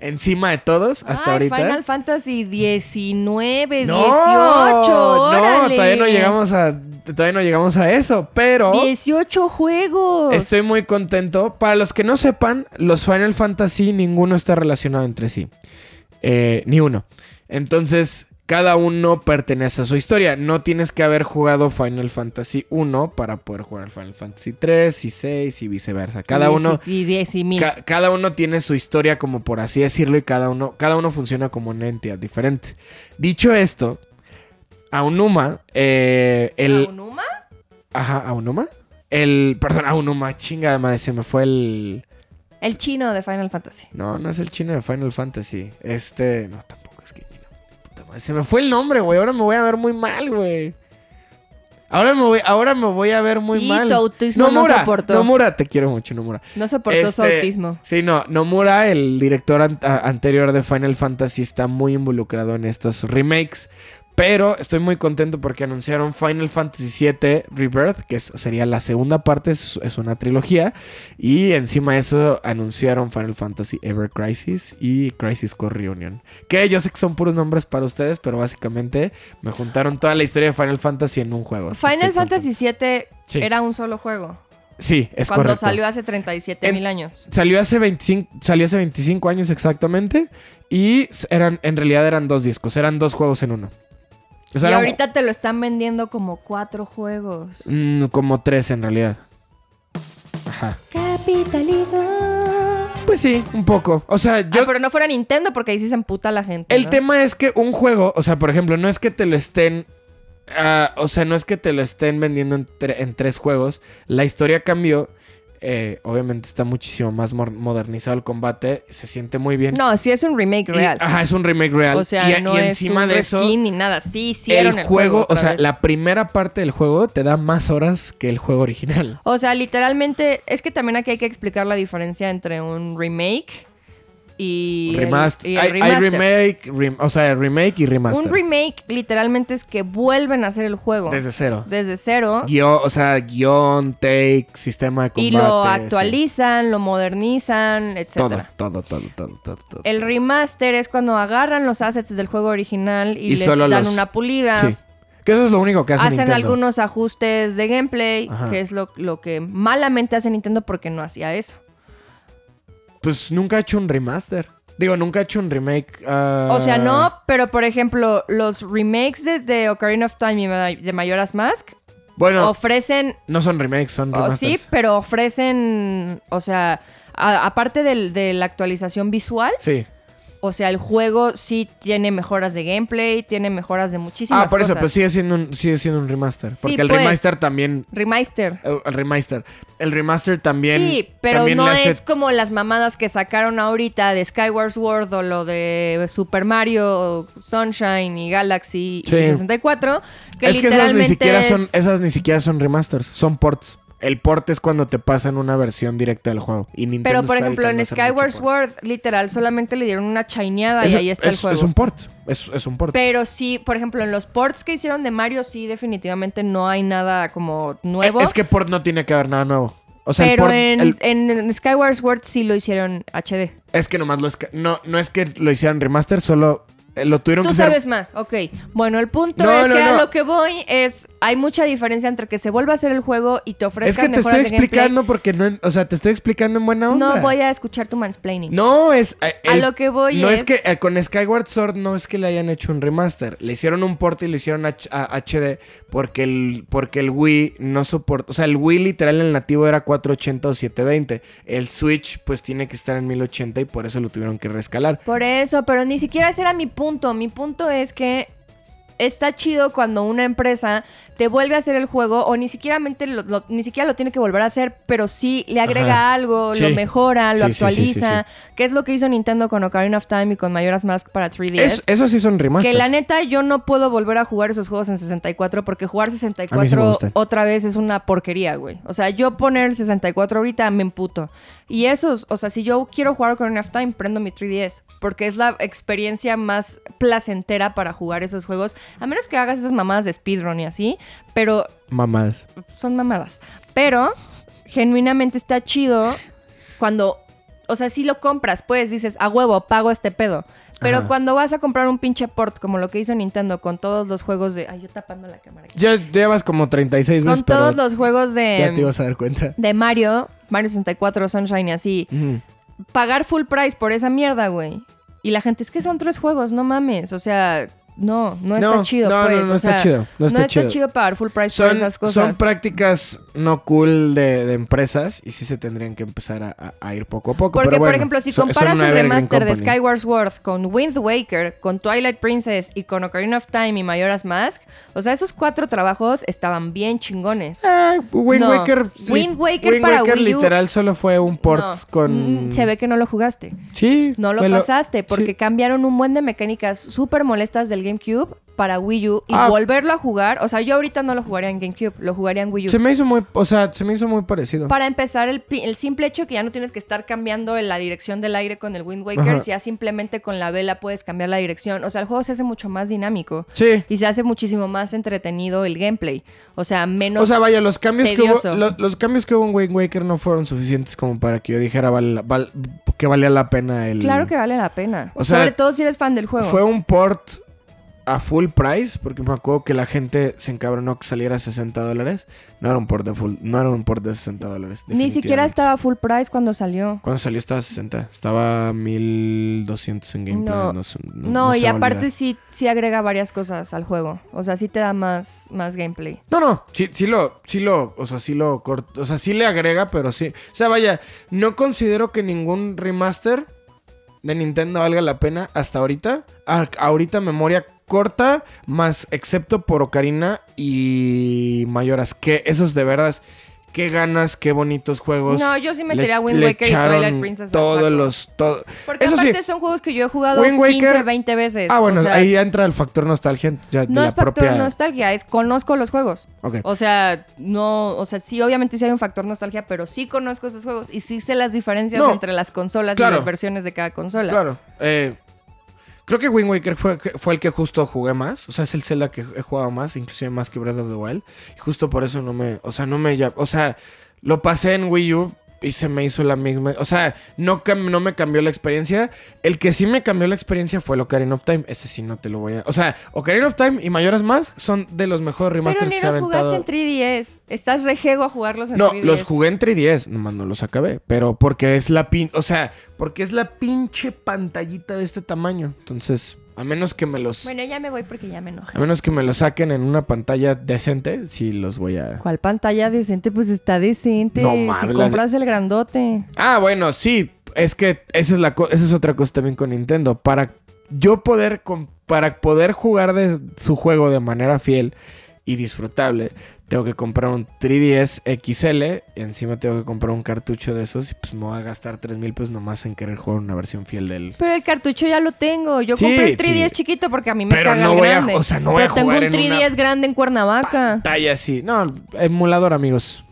Speaker 3: encima de todos hasta
Speaker 2: Ay,
Speaker 3: ahorita.
Speaker 2: Final Fantasy 19,
Speaker 3: no,
Speaker 2: 18,
Speaker 3: no,
Speaker 2: órale.
Speaker 3: todavía no llegamos a todavía no llegamos a eso, pero
Speaker 2: 18 juegos.
Speaker 3: Estoy muy contento. Para los que no sepan, los Final Fantasy ninguno está relacionado entre sí. Eh, ni uno. Entonces, cada uno pertenece a su historia. No tienes que haber jugado Final Fantasy 1 para poder jugar Final Fantasy 3 y 6 y viceversa. Cada uno,
Speaker 2: Y 10 y mil.
Speaker 3: ca- cada uno tiene su historia, como por así decirlo, y cada uno, cada uno funciona como una entidad diferente. Dicho esto, Aonuma, eh, el,
Speaker 2: ¿Aonuma?
Speaker 3: Ajá, Aonuma. El. Perdón, Aonuma, chinga madre, se me fue el.
Speaker 2: El chino de Final Fantasy.
Speaker 3: No, no es el chino de Final Fantasy. Este. No, tampoco es que. no, puta madre, se me fue el nombre, güey. Ahora me voy a ver muy mal, güey. Ahora me voy, ahora me voy a ver muy
Speaker 2: y
Speaker 3: mal.
Speaker 2: tu autismo no,
Speaker 3: Nomura,
Speaker 2: soportó.
Speaker 3: Nomura, te quiero mucho, Nomura.
Speaker 2: no soportó su
Speaker 3: Este,
Speaker 2: autismo.
Speaker 3: Sí, no, Nomura, el director an- a- anterior de Final Fantasy, está muy involucrado en estos remakes. Pero estoy muy contento porque anunciaron Final Fantasy VII Rebirth, que es- sería la segunda parte, es, es una trilogía. Y encima de eso anunciaron Final Fantasy Ever Crisis y Crisis Core Reunion. Que yo sé que son puros nombres para ustedes, pero básicamente me juntaron toda la historia de Final Fantasy en un juego.
Speaker 2: Final
Speaker 3: Estoy
Speaker 2: Fantasy
Speaker 3: contento.
Speaker 2: VII
Speaker 3: Sí.
Speaker 2: era un solo juego.
Speaker 3: Sí, es
Speaker 2: cuando
Speaker 3: correcto.
Speaker 2: salió hace 37 mil años.
Speaker 3: Salió hace 25, salió hace 25 años exactamente. Y s- eran, en realidad eran dos discos, eran dos juegos en uno. O sea,
Speaker 2: y
Speaker 3: eran
Speaker 2: ahorita te lo están vendiendo como cuatro juegos.
Speaker 3: mm, como tres en realidad. Ajá.
Speaker 2: Capitalismo.
Speaker 3: Pues sí, un poco. O sea, yo.
Speaker 2: Ah, pero no fuera Nintendo porque ahí sí se emputa la gente.
Speaker 3: el
Speaker 2: ¿no?
Speaker 3: tema es que un juego, o sea, por ejemplo, no es que te lo estén. ah, o sea, no es que te lo estén vendiendo en, tre- en tres juegos. La historia cambió. eh, obviamente está muchísimo más mor- modernizado el combate. Se siente muy bien.
Speaker 2: No, sí es un remake
Speaker 3: Y-
Speaker 2: real.
Speaker 3: ajá, es un remake real.
Speaker 2: O sea,
Speaker 3: y, y
Speaker 2: no
Speaker 3: encima
Speaker 2: es un
Speaker 3: de eso.
Speaker 2: reskin ni nada. Sí hicieron el,
Speaker 3: juego, o
Speaker 2: otra
Speaker 3: sea,
Speaker 2: vez.
Speaker 3: la primera parte del juego te da más horas que el juego original.
Speaker 2: O sea, literalmente es que también aquí hay que explicar la diferencia entre un remake y. el-
Speaker 3: Remaster.
Speaker 2: y el
Speaker 3: Hay, hay
Speaker 2: remaster.
Speaker 3: remake, rem- o sea, remake y remaster.
Speaker 2: Un remake literalmente es que vuelven a hacer el juego.
Speaker 3: Desde cero.
Speaker 2: desde cero.
Speaker 3: Guión, o sea, guión, take, sistema de combate.
Speaker 2: Y lo
Speaker 3: sí.
Speaker 2: actualizan, lo modernizan,
Speaker 3: Todo,
Speaker 2: etc.
Speaker 3: todo, todo, todo, todo, todo.
Speaker 2: El remaster es cuando agarran los assets del juego original y,
Speaker 3: Y
Speaker 2: les
Speaker 3: solo
Speaker 2: dan
Speaker 3: los-
Speaker 2: una pulida.
Speaker 3: Sí. Que eso es lo único que hace
Speaker 2: Ah. Hacen
Speaker 3: Nintendo.
Speaker 2: algunos ajustes de gameplay,
Speaker 3: Ajá.
Speaker 2: que es lo, lo que malamente hace Nintendo porque no hacía eso.
Speaker 3: Pues nunca ha hecho un remaster. Digo, nunca ha hecho un remake. ah,
Speaker 2: O sea, no, pero por ejemplo, los remakes de, de Ocarina of Time y Ma- de Mayoras Mask
Speaker 3: Bueno,
Speaker 2: ofrecen
Speaker 3: no son remakes, son
Speaker 2: Oh,
Speaker 3: remasters.
Speaker 2: sí, pero ofrecen, o sea, a- aparte del- de la actualización visual,
Speaker 3: Sí.
Speaker 2: o sea, el juego sí tiene mejoras de gameplay, tiene mejoras de muchísimas
Speaker 3: Ah, por eso,
Speaker 2: cosas.
Speaker 3: pues sigue siendo un, sigue siendo un remaster.
Speaker 2: Sí,
Speaker 3: porque el
Speaker 2: pues.
Speaker 3: remaster también.
Speaker 2: Remaster.
Speaker 3: eh, El remaster. El remaster también.
Speaker 2: sí, pero
Speaker 3: también
Speaker 2: no
Speaker 3: le hace-
Speaker 2: es como las mamadas que sacaron ahorita de Skyward Sword o lo de Super Mario, Sunshine y Galaxy y
Speaker 3: Sí.
Speaker 2: 64, que
Speaker 3: es que esas ni
Speaker 2: literalmente
Speaker 3: siquiera son.
Speaker 2: es-
Speaker 3: Esas ni siquiera son remasters, son ports. El port es cuando te pasan una versión directa del juego. Y Nintendo
Speaker 2: Pero por
Speaker 3: está
Speaker 2: ejemplo, en
Speaker 3: dedicando a hacer mucho
Speaker 2: Skyward
Speaker 3: port.
Speaker 2: Sword, literal, solamente le dieron una chaineada y
Speaker 3: Es-
Speaker 2: ahí está
Speaker 3: es,
Speaker 2: el juego.
Speaker 3: Es un port. Es, es un port. Eh,
Speaker 2: Pero sí, por ejemplo, en los ports que hicieron de Mario, sí, definitivamente no hay nada como nuevo.
Speaker 3: Eh, Es que port no tiene que haber nada nuevo. O sea, el
Speaker 2: pero
Speaker 3: port-
Speaker 2: en,
Speaker 3: el-
Speaker 2: en- en Skyward Sword sí lo hicieron HD.
Speaker 3: es que nomás lo es no, no es que lo hicieran remaster, solo eh, lo tuvieron
Speaker 2: Tú
Speaker 3: que hacer-
Speaker 2: sabes más, ok. Bueno, el punto
Speaker 3: No,
Speaker 2: es
Speaker 3: no,
Speaker 2: que
Speaker 3: no.
Speaker 2: a lo que voy es, hay mucha diferencia entre que se vuelva a hacer el juego y te
Speaker 3: Es que
Speaker 2: ofrezcan
Speaker 3: te
Speaker 2: mejoras
Speaker 3: estoy
Speaker 2: de gameplay.
Speaker 3: explicando porque no, en- o sea, te estoy explicando en buena onda.
Speaker 2: No voy a escuchar tu mansplaining.
Speaker 3: No, es. eh,
Speaker 2: A
Speaker 3: el-
Speaker 2: lo que voy
Speaker 3: No es,
Speaker 2: es-
Speaker 3: que eh, con Skyward Sword no es que le hayan hecho un remaster. Le hicieron un port y lo hicieron H- a- HD porque el, porque el Wii no soporta. O sea, el Wii literal el nativo era 480 o 720. El Switch pues tiene que estar en 1080 y por eso lo tuvieron que rescalar.
Speaker 2: Por eso, pero ni siquiera ese era mi punto. Mi punto es que está chido cuando una empresa te vuelve a hacer el juego o ni siquiera, mente lo, lo- ni siquiera lo tiene que volver a hacer, pero sí le agrega
Speaker 3: Ajá.
Speaker 2: algo,
Speaker 3: Sí.
Speaker 2: lo mejora, lo
Speaker 3: Sí, sí, sí, sí,
Speaker 2: actualiza, que es lo que hizo Nintendo con Ocarina of Time y con Majora's Mask para 3DS.
Speaker 3: Es- esos sí son remasters.
Speaker 2: Que la neta yo no puedo volver a jugar esos juegos en 64 porque jugar
Speaker 3: A mí sí me
Speaker 2: 64
Speaker 3: gustan.
Speaker 2: otra vez es una porquería, güey. O sea, yo poner el 64 ahorita me emputo. Y esos, o sea, si yo quiero jugar con of Time, prendo mi 3DS porque es la experiencia más placentera para jugar esos juegos, a menos que hagas esas mamadas de speedrun y así, pero
Speaker 3: Mamás.
Speaker 2: son mamadas. Pero genuinamente está chido cuando, o sea, si lo compras, pues dices, a huevo, pago este pedo. Pero
Speaker 3: Ajá.
Speaker 2: cuando vas a comprar un pinche port, como lo que hizo Nintendo con todos los juegos de... Ay, yo tapando la cámara. aquí.
Speaker 3: Ya llevas como 36 veces.
Speaker 2: Con todos
Speaker 3: pero
Speaker 2: los em. juegos
Speaker 3: Ya te
Speaker 2: de,
Speaker 3: ibas a dar cuenta.
Speaker 2: de Mario, Mario 64, Sunshine y así.
Speaker 3: Ujú.
Speaker 2: Pagar full price por esa mierda, güey. Y la gente, es que son tres juegos, no mames. O sea, no, no está
Speaker 3: No,
Speaker 2: chido,
Speaker 3: no, no,
Speaker 2: pues.
Speaker 3: no
Speaker 2: o
Speaker 3: está
Speaker 2: sea,
Speaker 3: chido, no está chido.
Speaker 2: pagar full price por
Speaker 3: Son,
Speaker 2: esas cosas.
Speaker 3: son prácticas no cool de, de empresas y sí se tendrían que empezar a, a- a ir poco a poco.
Speaker 2: Porque,
Speaker 3: pero bueno,
Speaker 2: por ejemplo, si
Speaker 3: son- son
Speaker 2: comparas
Speaker 3: una
Speaker 2: el
Speaker 3: Evergreen
Speaker 2: remaster de
Speaker 3: Company.
Speaker 2: Skyward Sword con Wind Waker, con Twilight Princess y con Ocarina of Time y Majora's Mask, o sea, esos cuatro trabajos estaban bien chingones.
Speaker 3: Ah, Wind
Speaker 2: No.
Speaker 3: Waker. li-
Speaker 2: Wind Waker para Wii U.
Speaker 3: literal solo fue un port
Speaker 2: No,
Speaker 3: con.
Speaker 2: mm, Se ve que no lo jugaste.
Speaker 3: Sí.
Speaker 2: No lo
Speaker 3: me
Speaker 2: pasaste porque
Speaker 3: sí.
Speaker 2: cambiaron un buen de mecánicas súper molestas del GameCube para Wii U y
Speaker 3: Ah.
Speaker 2: volverlo a jugar. O sea, yo ahorita no lo jugaría en GameCube, lo jugaría en Wii U.
Speaker 3: Se me hizo muy. O sea, se me hizo muy parecido.
Speaker 2: Para empezar, el, pi- el simple hecho que ya no tienes que estar cambiando la dirección del aire con el Wind Waker,
Speaker 3: Ajá.
Speaker 2: ya simplemente con la vela puedes cambiar la dirección. O sea, el juego se hace mucho más dinámico
Speaker 3: Sí.
Speaker 2: y se hace muchísimo más entretenido el gameplay. O sea, menos.
Speaker 3: o sea, vaya, los cambios que
Speaker 2: tedioso.
Speaker 3: hubo. lo- los cambios que hubo en Wind Waker no fueron suficientes como para que yo dijera vale la- val- que valía la pena el.
Speaker 2: claro que vale la pena.
Speaker 3: O sea,
Speaker 2: Sobre todo si eres fan del juego.
Speaker 3: Fue un port a full price, porque me acuerdo que la gente se encabronó que saliera a 60 dólares. No era un port de full, no era un port de 60 dólares.
Speaker 2: Ni siquiera
Speaker 3: definitivamente.
Speaker 2: estaba full price cuando salió.
Speaker 3: Cuando salió estaba a 60, estaba a 1200 en gameplay.
Speaker 2: No.
Speaker 3: No, sé- no-
Speaker 2: No,
Speaker 3: no se
Speaker 2: y
Speaker 3: va a olvidar.
Speaker 2: aparte sí, sí agrega varias cosas al juego. O sea, sí te da más, más gameplay.
Speaker 3: No, no, sí, sí lo, sí lo, o sea, sí lo corto, o sea, sí le agrega, pero sí. O sea, vaya, no considero que ningún remaster de Nintendo valga la pena hasta ahorita. A- ahorita memoria corta, más excepto por Ocarina y Mayoras, que esos de veras Qué ganas, qué bonitos juegos.
Speaker 2: No, yo sí
Speaker 3: Pues, Le-
Speaker 2: metería Wind
Speaker 3: le
Speaker 2: Waker y
Speaker 3: echaron
Speaker 2: Twilight Princess al saco.
Speaker 3: Todos los. todo-
Speaker 2: Porque
Speaker 3: Eso sí.
Speaker 2: aparte son juegos que yo he jugado
Speaker 3: Wind Waker-
Speaker 2: 15, 20 veces.
Speaker 3: Ah, bueno,
Speaker 2: o sea,
Speaker 3: ahí ya entra el factor nostalgia. Ya,
Speaker 2: no
Speaker 3: la
Speaker 2: es factor
Speaker 3: propia...
Speaker 2: nostalgia, es conozco los juegos.
Speaker 3: Ok.
Speaker 2: O sea, no, o sea, sí, obviamente sí hay un factor nostalgia, pero sí conozco esos juegos y sí sé las diferencias
Speaker 3: No,
Speaker 2: entre las consolas y
Speaker 3: claro.
Speaker 2: las versiones de cada consola.
Speaker 3: Claro. eh, creo que Wind Waker fue, fue el que justo jugué más. O sea, es el Zelda que he jugado más, inclusive más que Breath of the Wild. Y justo por eso no me. O sea, no me. ya- O sea, lo pasé en Wii U y se me hizo la misma. O sea, no, cam- no me cambió la experiencia. El que sí me cambió la experiencia fue el Ocarina of Time. Ese sí no te lo voy a. O sea, Ocarina of Time y Mayoras más son de los mejores
Speaker 2: Pero
Speaker 3: remasters
Speaker 2: ni
Speaker 3: que se ha
Speaker 2: los
Speaker 3: aventado.
Speaker 2: jugaste en 3DS. Estás rejego a jugarlos en
Speaker 3: No,
Speaker 2: 3DS.
Speaker 3: los jugué en 3DS, nomás no los acabé, pero porque es la pin, o sea, porque es la pinche pantallita de este tamaño. Entonces, a menos que me los
Speaker 2: Bueno, ya me voy porque ya me enoja.
Speaker 3: a menos que me los saquen en una pantalla decente, sí los voy a
Speaker 2: ¿Cuál pantalla decente? Pues está decente.
Speaker 3: No
Speaker 2: si
Speaker 3: mames, la-
Speaker 2: compras el grandote.
Speaker 3: Ah, bueno, sí, es que esa es la co- esa es otra cosa también con Nintendo, para yo poder com- para poder jugar de su juego de manera fiel y disfrutable, tengo que comprar un 3DS XL y encima tengo que comprar un cartucho de esos y pues me voy a gastar 3 mil pesos nomás en querer jugar una versión fiel del...
Speaker 2: Pero el cartucho ya lo tengo. Yo
Speaker 3: Sí,
Speaker 2: compré el 3DS
Speaker 3: sí.
Speaker 2: chiquito porque a mí me
Speaker 3: Pero
Speaker 2: caga
Speaker 3: no
Speaker 2: el
Speaker 3: voy a-
Speaker 2: grande.
Speaker 3: o sea, no voy
Speaker 2: Pero
Speaker 3: a
Speaker 2: tengo
Speaker 3: jugar
Speaker 2: un
Speaker 3: en una
Speaker 2: 3DS grande en Cuernavaca.
Speaker 3: Talla así. No, emulador, amigos.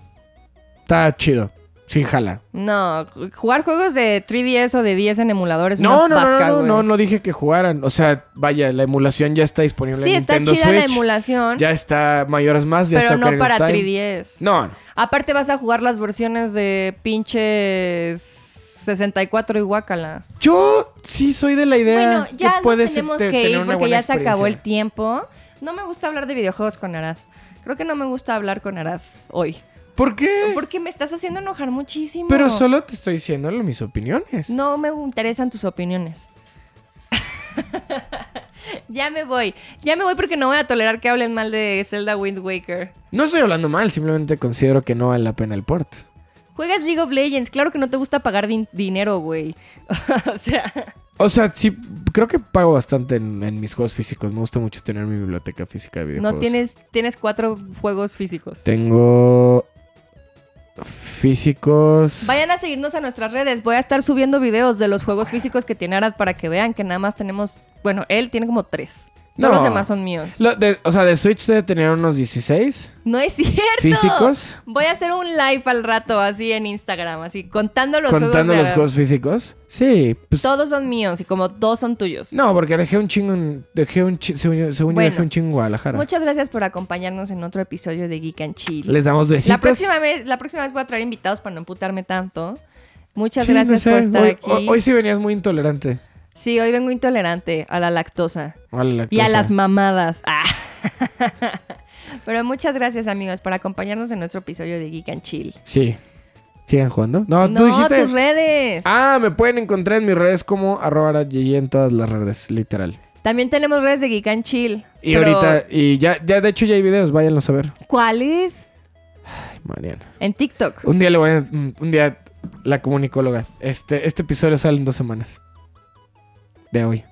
Speaker 3: Está chido. Sí, jala.
Speaker 2: No, jugar juegos de 3DS o de 10 en emulador es
Speaker 3: No,
Speaker 2: una
Speaker 3: no,
Speaker 2: pasca,
Speaker 3: no, no,
Speaker 2: güey.
Speaker 3: no, no dije que jugaran. O sea, vaya, la emulación ya está disponible
Speaker 2: Sí,
Speaker 3: en
Speaker 2: está
Speaker 3: Nintendo
Speaker 2: chida la
Speaker 3: Switch.
Speaker 2: emulación,
Speaker 3: ya está mayores más, ya
Speaker 2: pero
Speaker 3: está
Speaker 2: no
Speaker 3: Ocarina of
Speaker 2: para
Speaker 3: Time.
Speaker 2: 3DS.
Speaker 3: No, no.
Speaker 2: Aparte vas a jugar las versiones de pinches 64 y Guacala.
Speaker 3: Yo sí soy de la idea
Speaker 2: Bueno, ya
Speaker 3: que
Speaker 2: nos
Speaker 3: puedes
Speaker 2: tenemos
Speaker 3: te-
Speaker 2: que
Speaker 3: tener
Speaker 2: ir
Speaker 3: una
Speaker 2: porque
Speaker 3: buena
Speaker 2: ya se acabó el
Speaker 3: experiencia.
Speaker 2: tiempo. No me gusta hablar de videojuegos con Arad. Creo que no me gusta hablar con Arad hoy.
Speaker 3: ¿Por qué?
Speaker 2: Porque me estás haciendo enojar muchísimo.
Speaker 3: Pero solo te estoy diciendo lo- mis opiniones.
Speaker 2: No me interesan tus opiniones. ya me voy. Ya me voy porque no voy a tolerar que hablen mal de Zelda Wind Waker.
Speaker 3: No estoy hablando mal, simplemente considero que no vale la pena el port.
Speaker 2: Juegas League of Legends. Claro que no te gusta pagar din- dinero, güey. o sea,
Speaker 3: O sea, sí, creo que pago bastante en, en mis juegos físicos. Me gusta mucho tener mi biblioteca física de videojuegos.
Speaker 2: no tienes, tienes cuatro juegos físicos.
Speaker 3: Tengo físicos.
Speaker 2: Vayan a seguirnos a nuestras redes. Voy a estar subiendo videos de los juegos físicos que tiene Arad para que vean que nada más tenemos. Bueno, él tiene como tres. Todos
Speaker 3: No.
Speaker 2: los demás son míos.
Speaker 3: Lo de- o sea, de Switch debe tener unos 16
Speaker 2: No es cierto.
Speaker 3: físicos.
Speaker 2: Voy a hacer un live al rato, así en Instagram, así contando los juegos.
Speaker 3: contando
Speaker 2: de
Speaker 3: los
Speaker 2: Arad.
Speaker 3: juegos físicos. Sí, pues.
Speaker 2: Todos son míos y como dos son tuyos.
Speaker 3: No, porque dejé un chingo. en- Dejé un chi- según yo, según yo
Speaker 2: Bueno.
Speaker 3: dejé un chingo en Guadalajara.
Speaker 2: Muchas gracias por acompañarnos en otro episodio de Geek and Chill.
Speaker 3: Les damos besitos.
Speaker 2: La próxima, vez, la próxima vez voy a traer invitados para no emputarme tanto. Muchas
Speaker 3: Sí, no
Speaker 2: gracias
Speaker 3: sé,
Speaker 2: por estar
Speaker 3: hoy,
Speaker 2: aquí.
Speaker 3: Hoy, hoy sí venías muy intolerante.
Speaker 2: Sí, hoy vengo intolerante a la lactosa
Speaker 3: a la
Speaker 2: y a
Speaker 3: lactosa.
Speaker 2: las mamadas. Ah. Pero muchas gracias, amigos, por acompañarnos en nuestro episodio de Geek and Chill.
Speaker 3: Sí. ¿Sigan jugando? No, tú
Speaker 2: No,
Speaker 3: dijiste.
Speaker 2: tus redes.
Speaker 3: Ah, me pueden encontrar en mis redes como arroba arayeyi en todas las redes, literal.
Speaker 2: También tenemos redes de Geek and Chill.
Speaker 3: Y
Speaker 2: pero-
Speaker 3: ahorita, y ya, ya de hecho ya hay videos, váyanlos a ver.
Speaker 2: ¿Cuáles?
Speaker 3: Ay, Mariana.
Speaker 2: En TikTok.
Speaker 3: Un día le voy a, mm, un día la comunicóloga. Este, este episodio sale en dos semanas. De hoy.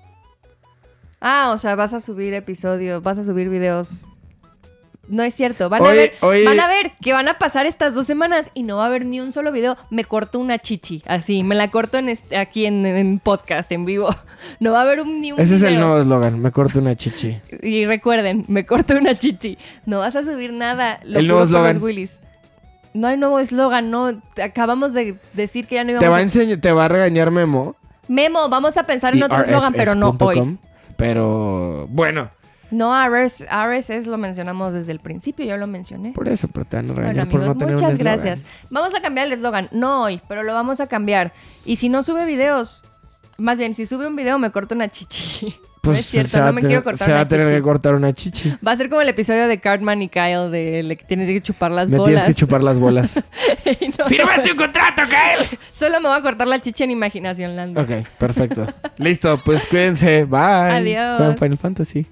Speaker 2: Ah, o sea, vas a subir episodios, vas a subir videos. No es cierto. Van, a,
Speaker 3: Hoy-
Speaker 2: ver,
Speaker 3: hoy-
Speaker 2: van a ver que van a pasar estas dos semanas y no va a haber ni un solo video. Me corto una chichi, así. Me la corto en este- aquí en, en podcast, en vivo. No va a haber un- ni un
Speaker 3: Ese es el
Speaker 2: video.
Speaker 3: nuevo eslogan. Me corto una chichi.
Speaker 2: Y recuerden, me corto una chichi. No vas a subir nada. Lo juro
Speaker 3: El nuevo
Speaker 2: por los
Speaker 3: eslogan.
Speaker 2: Willys. No hay nuevo eslogan, no. Te- Acabamos de decir que ya no
Speaker 3: Te
Speaker 2: íbamos
Speaker 3: va a
Speaker 2: a...
Speaker 3: enseñar, te va a regañar Memo. E
Speaker 2: Memo, vamos a pensar en otro
Speaker 3: IRSS.com,
Speaker 2: eslogan, pero no hoy.
Speaker 3: Pero bueno,
Speaker 2: No, RS, RSS lo mencionamos desde el principio, yo lo mencioné.
Speaker 3: por eso, pero te van a
Speaker 2: Bueno,
Speaker 3: regañar por
Speaker 2: amigos,
Speaker 3: no tener un
Speaker 2: muchas
Speaker 3: eslogan.
Speaker 2: gracias. Vamos a cambiar el eslogan. No hoy, pero lo vamos a cambiar. Y si no sube videos, más bien, si sube un video, me corto una chichi. no es
Speaker 3: Pues, se
Speaker 2: cierto,
Speaker 3: va
Speaker 2: no
Speaker 3: a
Speaker 2: me
Speaker 3: tener-
Speaker 2: quiero cortar
Speaker 3: Se va
Speaker 2: una
Speaker 3: a tener
Speaker 2: chichi.
Speaker 3: que cortar una chichi.
Speaker 2: Va a ser como el episodio de Cartman y Kyle de le que tienes que chupar las
Speaker 3: Me
Speaker 2: bolas.
Speaker 3: tienes que chupar las bolas.
Speaker 2: Y no-
Speaker 3: ¡Firmaste un contrato, Kyle!
Speaker 2: Solo me voy a cortar la chicha en Imaginación Land.
Speaker 3: Ok, perfecto. Listo, pues cuídense. Bye.
Speaker 2: Adiós.
Speaker 3: Juegan Final Fantasy.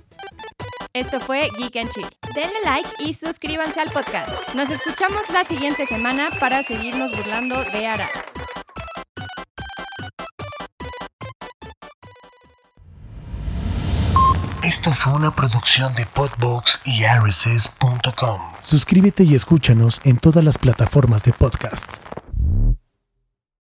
Speaker 2: Esto fue Geek and Chill. Denle like y suscríbanse al podcast. Nos escuchamos la siguiente semana para seguirnos burlando de Ara.
Speaker 1: Esto
Speaker 5: Esto fue una producción de Podbox y RSS.com.
Speaker 1: Suscríbete y escúchanos en todas las plataformas de podcast.